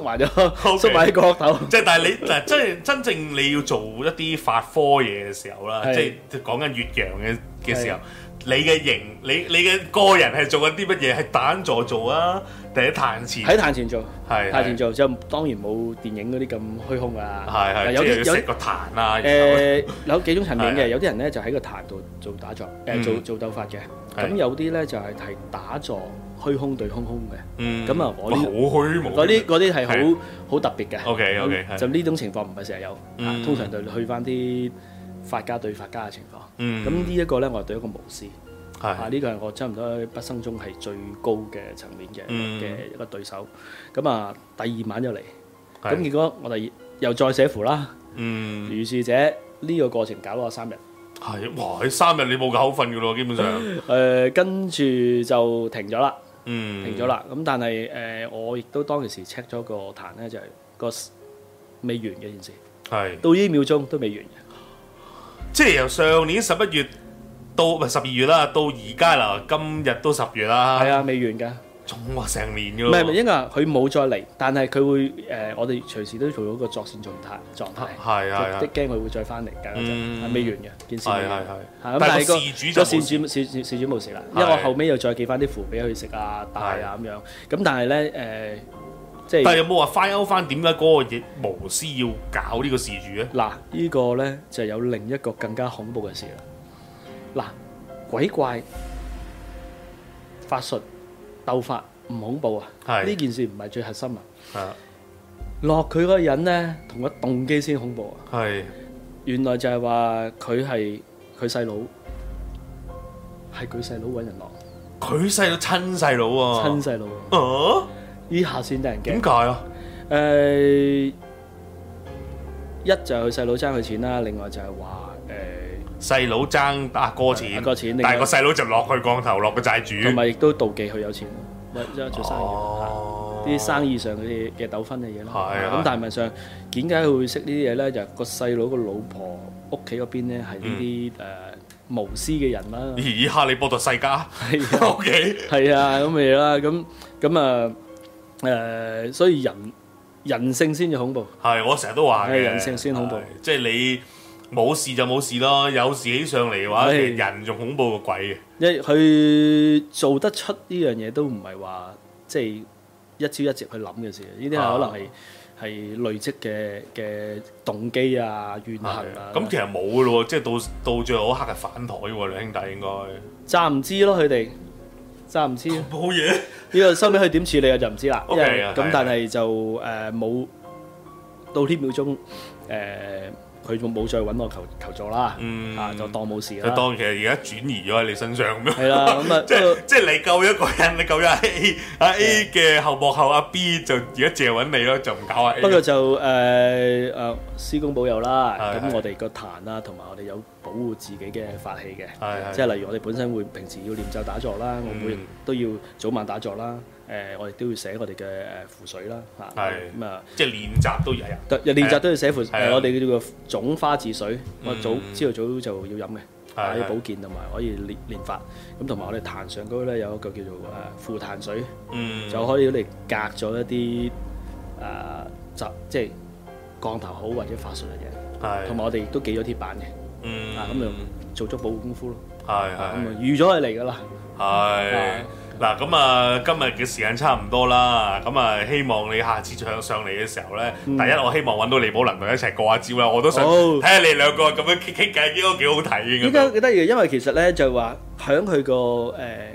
Speaker 2: 埋咗， 縮埋喺角落頭。
Speaker 1: 即係但係你嗱，即係真正你要做一啲法科嘢嘅時候啦，
Speaker 2: 係
Speaker 1: 即係講緊越洋嘅嘅時候，你嘅型你你嘅個人係做緊啲乜嘢？係打緊坐做啊，定係彈前？
Speaker 2: 喺壇前做，
Speaker 1: 係係
Speaker 2: 壇前做就當然冇電影嗰啲咁虛空啊。
Speaker 1: 係係，
Speaker 2: 有
Speaker 1: 即係
Speaker 2: 啲
Speaker 1: 要
Speaker 2: 有
Speaker 1: 食個彈啊，然後
Speaker 2: 誒呃有幾種層面
Speaker 1: 係啊
Speaker 2: 嘅，有啲人咧就喺個壇度做打坐，
Speaker 1: 嗯
Speaker 2: 誒做做鬥法嘅。
Speaker 1: 係
Speaker 2: 咁有啲咧就係係打坐虛空對空空嘅。
Speaker 1: 嗯
Speaker 2: 咁啊我呢
Speaker 1: 哇好虛無
Speaker 2: 嗰啲嗰啲
Speaker 1: 係
Speaker 2: 係好好特別嘅。嗯
Speaker 1: OK，OK，係
Speaker 2: 咁就呢種情況唔係成日有，啊
Speaker 1: 嗯
Speaker 2: 通常就去翻啲法家對法家嘅情況。
Speaker 1: 嗯
Speaker 2: 咁呢一個咧，我係對一個巫師，啊
Speaker 1: 係
Speaker 2: 呢個係我差唔多畢生中係最高嘅層面嘅
Speaker 1: 嗯
Speaker 2: 嘅一個對手。咁啊，第二晚就嚟，咁
Speaker 1: 係
Speaker 2: 結果我哋又再寫符啦。
Speaker 1: 嗯
Speaker 2: 如是者呢個過程搞咗我三日，
Speaker 1: 係哇！喺三日你冇口瞓噶咯，基本 上
Speaker 2: 誒跟住就停咗啦，
Speaker 1: 嗯
Speaker 2: 停咗啦。咁但係誒，我亦都當其時 check 咗個壇咧，就係個 s- 未完嘅件事，
Speaker 1: 係
Speaker 2: 到呢秒鐘都未完嘅。
Speaker 1: 即係由上年十一月到唔係十二月啦，到而家啦，今日都十月啦，
Speaker 2: 係啊，未完㗎。
Speaker 1: 仲話成年噶
Speaker 2: 唔
Speaker 1: 咯，
Speaker 2: 係唔係，因為佢冇再嚟，但係佢會誒、呃我哋隨時都做到個作戰狀態狀態，
Speaker 1: 係係
Speaker 2: 即
Speaker 1: 係
Speaker 2: 係驚佢會再翻嚟㗎，
Speaker 1: 嗯
Speaker 2: 係未完嘅件事未
Speaker 1: 係
Speaker 2: 完
Speaker 1: 係
Speaker 2: 嘅。
Speaker 1: 係，
Speaker 2: 係咁，
Speaker 1: 但
Speaker 2: 但
Speaker 1: 係
Speaker 2: 係個
Speaker 1: 個事主就
Speaker 2: 個事
Speaker 1: 冇事
Speaker 2: 主事事事主冇事啦，
Speaker 1: 係
Speaker 2: 因為我後尾又再寄翻啲符俾佢食啊、帶啊咁樣。咁但係咧誒，即
Speaker 1: 但係
Speaker 2: 係
Speaker 1: 有冇話翻歐翻點解嗰個嘢無私要搞呢個事主咧？
Speaker 2: 嗱，呢個咧就有另一個更加恐怖嘅事啦。嗱，鬼怪法術鬥法唔恐怖啊，
Speaker 1: 係
Speaker 2: 呢件事唔係最核心啊。
Speaker 1: 啊
Speaker 2: 落佢嗰個人咧，同個動機先恐怖啊！
Speaker 1: 係
Speaker 2: 原來就係話佢係佢細佬，係佢細佬揾人落，
Speaker 1: 佢細佬親細佬喎，
Speaker 2: 親細佬，
Speaker 1: 啊
Speaker 2: 呢下先得人驚
Speaker 1: 點。解啊？
Speaker 2: 誒、一就係佢細佬爭佢錢啦，另外就係話
Speaker 1: 細佬爭阿哥錢，
Speaker 2: 阿哥啊錢
Speaker 1: 但係
Speaker 2: 另
Speaker 1: 個
Speaker 2: 外
Speaker 1: 細佬就落佢降頭，落個債主。
Speaker 2: 誒，同埋亦都妒忌佢有錢，一一做生意。
Speaker 1: 哦
Speaker 2: 啲生意上嘅嘅糾紛嘅嘢啦。
Speaker 1: 係係
Speaker 2: 咁但係問上點解佢會識呢啲嘢咧？就係個細佬個老婆屋企嗰邊咧係呢啲誒無私 嘅人啦。
Speaker 1: 咦？哈利波特世家
Speaker 2: 係 啊
Speaker 1: ，O K，
Speaker 2: 係啊，咁嘅嘢啦。咁咁啊誒，所以人人性先至恐怖。
Speaker 1: 係我成日都話嘅，
Speaker 2: 係人性先恐怖
Speaker 1: 係，即係你冇事就冇事咯，有事起上嚟嘅話，其
Speaker 2: 係
Speaker 1: 實人仲恐怖過鬼嘅。
Speaker 2: 因為佢做得出呢樣嘢都唔係話即係一朝一夕去諗嘅事，呢啲係可能係係累積嘅嘅動機啊、怨恨啊。
Speaker 1: 咁其實冇嘅咯喎，即係到到最後一刻係反台喎，兩兄弟應該
Speaker 2: 暫唔知咯，佢哋暫唔知。呢
Speaker 1: 冇嘢。
Speaker 2: 個收尾佢點處理我啊就唔知啦。因
Speaker 1: OK，
Speaker 2: 為
Speaker 1: 係啊
Speaker 2: 咁但係就誒冇到呢秒鐘誒，佢仲冇再揾我求求助啦
Speaker 1: 嗯，
Speaker 2: 啊就當冇事
Speaker 1: 就
Speaker 2: 啦。
Speaker 1: 當其實而家轉移咗喺你身上咁樣。
Speaker 2: 係啦，咁啊
Speaker 1: 即
Speaker 2: 不過
Speaker 1: 係即係你救一個人，你救咗阿 A，阿
Speaker 2: 啊
Speaker 1: A 嘅後幕後阿 B 就而家借揾你咯，就唔搞阿 A
Speaker 2: 不過就誒誒施工保佑啦，
Speaker 1: 係係
Speaker 2: 咁我哋個壇啦，同埋我哋有保護自己嘅法器嘅，
Speaker 1: 係係
Speaker 2: 即係例如我哋本身會平時要念咒打坐啦，我每日
Speaker 1: 嗯
Speaker 2: 都要早晚打坐啦，誒我哋都要寫我哋嘅誒呃符水啦，嚇
Speaker 1: 係
Speaker 2: 咁啊。
Speaker 1: 即係練習都啊日日。
Speaker 2: 特日練習都要寫符，
Speaker 1: 係啊
Speaker 2: 誒我哋叫做種花治水，我
Speaker 1: 嗯
Speaker 2: 早朝頭早就要飲嘅，
Speaker 1: 係
Speaker 2: 啊
Speaker 1: 係
Speaker 2: 要保健同埋可以練練法，咁同埋我哋壇上高咧有一個叫做誒附壇水，
Speaker 1: 嗯，
Speaker 2: 就可以嚟隔咗一啲誒集即係降頭好或者法術嘅嘢，
Speaker 1: 係
Speaker 2: 同埋我哋亦都記咗鐵板嘅，
Speaker 1: 嗯
Speaker 2: 啊咁就做足保護功夫咯，
Speaker 1: 係
Speaker 2: 咁啊
Speaker 1: 係
Speaker 2: 預咗佢嚟㗎啦，
Speaker 1: 係嗱咁啊，今日嘅時間差唔多啦，咁啊希望你下次上上嚟嘅時候咧，第一我希望揾到李寶能同你一齊過下招啦，我都想
Speaker 2: 好
Speaker 1: 睇下你兩個咁樣傾傾偈，應該幾好睇嘅
Speaker 2: 依
Speaker 1: 咁樣
Speaker 2: 家幾得意嘅，因為其實咧就話響佢個誒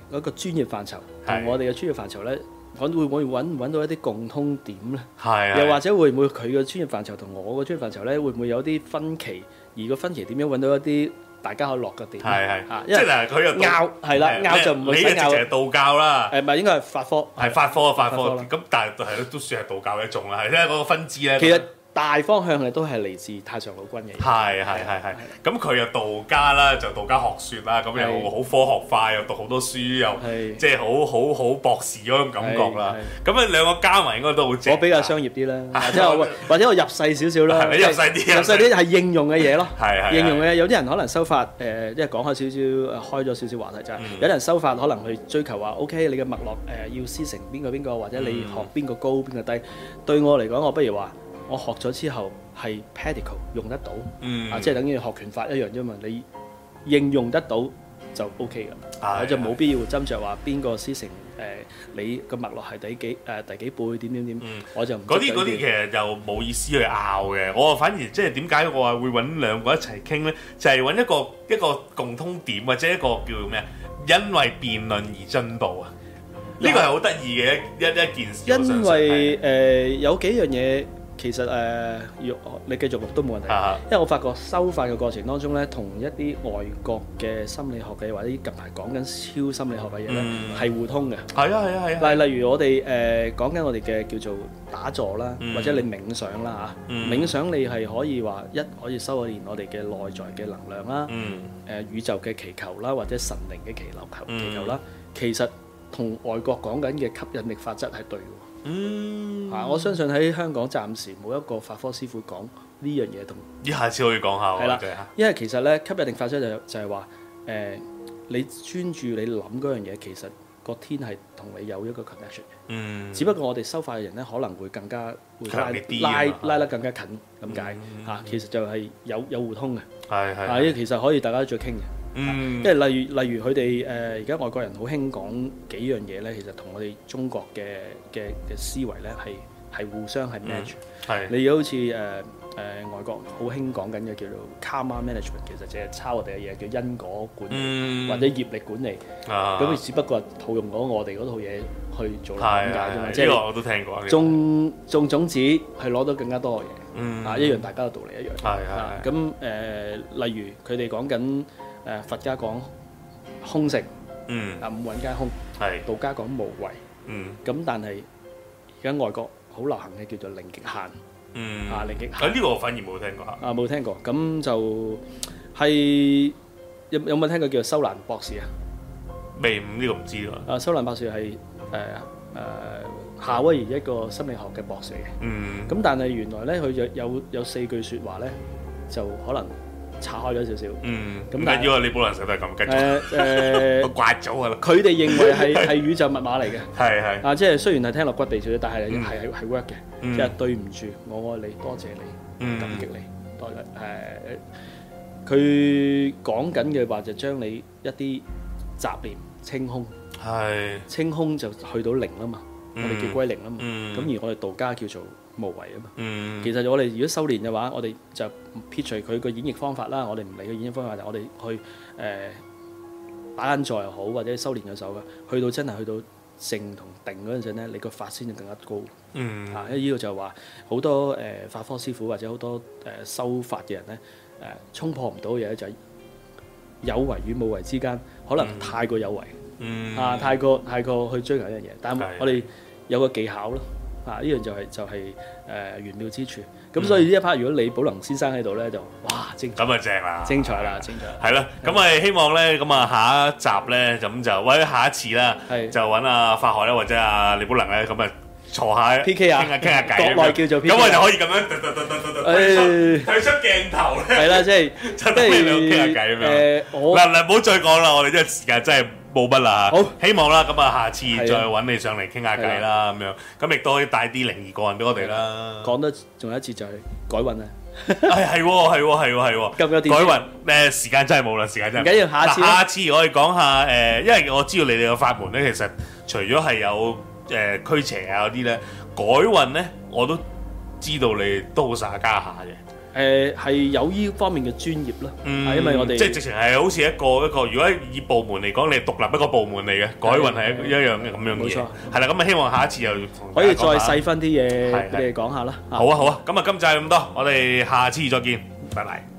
Speaker 2: 嗰個專業範疇
Speaker 1: 係
Speaker 2: 同我哋嘅專業範疇咧，揾會唔會揾唔揾到一啲共通點咧？
Speaker 1: 係係
Speaker 2: 又或者會唔會佢嘅專業範疇同我嘅專業範疇咧，會唔會有啲分歧？而個分歧點樣揾到一啲大家可以落嘅點？
Speaker 1: 係係
Speaker 2: 啊，
Speaker 1: 即
Speaker 2: 因為
Speaker 1: 係嗱佢又道
Speaker 2: 拗係啦，
Speaker 1: 係
Speaker 2: 拗就唔會
Speaker 1: 你嘅
Speaker 2: 使
Speaker 1: 直
Speaker 2: 拗
Speaker 1: 情。係道教啦。
Speaker 2: 誒唔係應該係法科。
Speaker 1: 係法科啊，法科
Speaker 2: 法科啦
Speaker 1: 咁，但係係咯，都算係道教嘅一種啦，係咧嗰個分支咧。
Speaker 2: 其實大方向嘅都係嚟自太上老君嘅嘢。
Speaker 1: 係係係係，咁佢又道家啦，就道家學説啦，咁
Speaker 2: 係
Speaker 1: 又好科學化，又讀好多書，又
Speaker 2: 係
Speaker 1: 即係好好好博士嗰種感覺啦。咁
Speaker 2: 係
Speaker 1: 啊兩個加埋應該都好 正㗎。
Speaker 2: 我比較商業啲啦，或者我或者我入細少少啦，
Speaker 1: 係你入細啲啊
Speaker 2: 入細啲係應用嘅嘢咯。
Speaker 1: 係係係
Speaker 2: 應用嘅嘢有啲人可能收法誒，即係講開少少，開咗少少話題
Speaker 1: 嗯
Speaker 2: 就係有啲人收法可能去追求話，OK，你嘅脈絡誒要師承邊個邊個，或者你
Speaker 1: 嗯
Speaker 2: 學邊個高邊個低。對我嚟講，我不如話我學咗之後係 practical 用得到，
Speaker 1: 嗯
Speaker 2: 啊，即係等於學拳法一樣啫嘛，你應用得到就 OK 㗎啦。
Speaker 1: 啊係
Speaker 2: 我就冇必要斟酌話邊個師承誒你個脈絡係第幾誒第幾輩點點點
Speaker 1: 嗯，
Speaker 2: 我就唔
Speaker 1: 嗰啲
Speaker 2: 執
Speaker 1: 嗰
Speaker 2: 着呢
Speaker 1: 啲其實就冇意思去拗嘅，啊我反而即係點解我話會揾兩個一齊傾呢？就係、揾一個一個共通點或者一個叫咩啊？因為辯論而進步啊！呢個係好得意嘅一一一件事。我相
Speaker 2: 因
Speaker 1: 信
Speaker 2: 為誒、呃有幾樣嘢其實誒、呃要你繼續錄都冇問題
Speaker 1: 係，啊
Speaker 2: 因為我發覺修法嘅過程當中咧，同一啲外國嘅心理學嘅或者近排講緊超心理學嘅嘢咧
Speaker 1: 嗯
Speaker 2: 係互通嘅。
Speaker 1: 係啊係啊係啊，
Speaker 2: 例例如我哋誒、呃、講緊我哋嘅叫做打坐啦，
Speaker 1: 嗯
Speaker 2: 或者你冥想啦嚇，
Speaker 1: 嗯
Speaker 2: 冥想你係可以話一可以修練我哋嘅內在嘅能量啦。
Speaker 1: 嗯
Speaker 2: 誒、宇宙嘅祈求啦，或者神靈嘅祈求求
Speaker 1: 嗯
Speaker 2: 祈求啦，其實同外國講緊嘅吸引力法則係對嘅
Speaker 1: 嗯
Speaker 2: 喎、啊我相信喺香港暫時冇一個法科師傅講呢樣嘢同，
Speaker 1: 咦下次可以講下喎
Speaker 2: 係啦
Speaker 1: 真係嚇
Speaker 2: 因為其實咧吸引力法則就就係話誒，你專注你諗嗰樣嘢，其實個天係同你有一個 connection 嘅。
Speaker 1: 嗯
Speaker 2: 只不過我哋修法嘅人咧，可能會更加會
Speaker 1: 強烈啲
Speaker 2: 拉
Speaker 1: 啊
Speaker 2: 拉
Speaker 1: 嘛
Speaker 2: 拉得更加近咁解
Speaker 1: 嗯
Speaker 2: 嚇，其實就係有有互通嘅，
Speaker 1: 係係
Speaker 2: 啊，
Speaker 1: 係
Speaker 2: 呢其實可以大家再傾嘅。
Speaker 1: 嗯
Speaker 2: 即係例如例如佢哋誒而家外國人好興講幾樣嘢咧，其實同我哋中國嘅嘅嘅思維咧係係互相係 match。
Speaker 1: 係
Speaker 2: 你好似誒誒外國好興講緊嘅叫做 karma management，其實就係抄我哋嘅嘢叫因果管理、
Speaker 1: 嗯
Speaker 2: 或者業力管理。
Speaker 1: 啊
Speaker 2: 咁佢只不過係套用咗我哋嗰套嘢去做啦
Speaker 1: 係
Speaker 2: 咁解啫嘛，
Speaker 1: 係
Speaker 2: 即
Speaker 1: 係呢個
Speaker 2: 係
Speaker 1: 我都聽過嘅
Speaker 2: 種種種子係攞到更加多嘅嘢。
Speaker 1: 嗯
Speaker 2: 啊，一樣大家嘅道理一樣。
Speaker 1: 係係
Speaker 2: 啊
Speaker 1: 係
Speaker 2: 咁誒、例如佢哋講緊誒佛家講空性
Speaker 1: 嗯
Speaker 2: 啊，五蘊皆空；
Speaker 1: 係
Speaker 2: 道家講無為。
Speaker 1: 嗯
Speaker 2: 咁但係而家外國好流行嘅叫做零極限啊，
Speaker 1: 嗯
Speaker 2: 零極限
Speaker 1: 啊呢個我反而冇聽過嚇
Speaker 2: 啊，冇聽過。咁就係有有冇聽過叫做修蘭博士啊？
Speaker 1: 未呢個唔知喎
Speaker 2: 啊，修蘭博士係誒誒夏威夷一個心理學嘅博士嚟嘅。
Speaker 1: 嗯。
Speaker 2: 咁但係原來咧，佢有有有四句説話咧，就可能岔開咗少少。
Speaker 1: 嗯，
Speaker 2: 咁
Speaker 1: 咁
Speaker 2: 但
Speaker 1: 緊
Speaker 2: 係
Speaker 1: 要啊！李寶蘭成日都係咁，繼續
Speaker 2: 誒 誒
Speaker 1: 我，刮咗啊！
Speaker 2: 佢哋認為係係宇宙密碼嚟嘅，
Speaker 1: 係係，
Speaker 2: 啊，即係雖然係聽落骨地少少，但係
Speaker 1: 嗯
Speaker 2: 係係係 work
Speaker 1: 嗯
Speaker 2: 嘅，即係對唔住，我愛你，多謝你，
Speaker 1: 嗯
Speaker 2: 感激你，多謝誒。佢講緊嘅話就將你一啲雜念清空，
Speaker 1: 係，
Speaker 2: 清空就去到零啦嘛，我
Speaker 1: 嗯
Speaker 2: 哋叫歸零啦嘛。
Speaker 1: 嗯
Speaker 2: 咁而我哋道家叫做無為啊嘛。
Speaker 1: 嗯，
Speaker 2: 其實我哋如果修練嘅話，我哋就撇除佢個演繹方法啦，我哋唔理佢演繹方法，就我哋去誒、呃打緊坐又好，或者修練嘅時候嘅，去到真係去到靜同定嗰陣時咧，你個法先至更加高
Speaker 1: 嗯，
Speaker 2: 啊！因為呢個就係話好多誒、呃法科師傅或者好多誒、呃修法嘅人咧，誒、衝破唔到嘅嘢就係有為與冇為之間，可能太過有為。
Speaker 1: 嗯，
Speaker 2: 啊，太過太過去追求一樣嘢，但
Speaker 1: 係
Speaker 2: 係我哋有個技巧咯。啊，呢樣就係、就係、誒玄妙之處。
Speaker 1: 嗯
Speaker 2: 咁所以呢一 part 如果李寶能先生喺度咧，就哇精
Speaker 1: 咁啊正啦，
Speaker 2: 精彩啦，精彩啦！
Speaker 1: 係啦，咁我哋希望咧，咁啊下一集咧，咁就或者下一次啦，
Speaker 2: 係
Speaker 1: 就揾阿法海咧，或者阿李寶能咧，咁啊坐下
Speaker 2: PK 啊
Speaker 1: 傾下傾下偈，
Speaker 2: 國內叫做 PK 啊
Speaker 1: 咁我就可以咁樣突突突突突退
Speaker 2: 誒
Speaker 1: 出退出鏡頭咧，
Speaker 2: 係啦，即係即
Speaker 1: 真係不如你傾下偈咁樣
Speaker 2: 誒我
Speaker 1: 嗱嗱，唔好再講啦，我哋真係時間真係冇乜啦。
Speaker 2: 好，
Speaker 1: 希望啦，咁啊，下次
Speaker 2: 啊
Speaker 1: 再揾你上嚟傾下偈啦，咁樣，咁亦都可以帶啲靈異個案俾我哋啦。
Speaker 2: 講得仲有一次就係改運啊！
Speaker 1: 係係喎係喎係喎係喎，
Speaker 2: 夠唔夠電
Speaker 1: 改
Speaker 2: 先
Speaker 1: 運誒時間真係冇啦，時間真係冇
Speaker 2: 唔緊要下次
Speaker 1: 嗱
Speaker 2: 啦
Speaker 1: 下次我哋講下誒，因為我知道你哋嘅法門咧，其實除咗係有誒驅邪啊嗰啲咧，改運咧我都知道你都好耍家下嘅。
Speaker 2: 誒、呃係有呢方面嘅專業啦，啊
Speaker 1: 嗯
Speaker 2: 係因為我哋
Speaker 1: 即係直情係好似一個一個，如果以部門嚟講，你係獨立一個部門嚟嘅，改運係一一樣嘅咁樣嘅
Speaker 2: 冇
Speaker 1: 嘢
Speaker 2: 錯。
Speaker 1: 係啦，咁啊希望下一次又同
Speaker 2: 可以
Speaker 1: 大
Speaker 2: 再
Speaker 1: 家講下
Speaker 2: 細分啲嘢
Speaker 1: 係係
Speaker 2: 俾你哋講下啦。啊
Speaker 1: 好啊好啊，咁啊今集咁多，我哋下次再見，拜拜。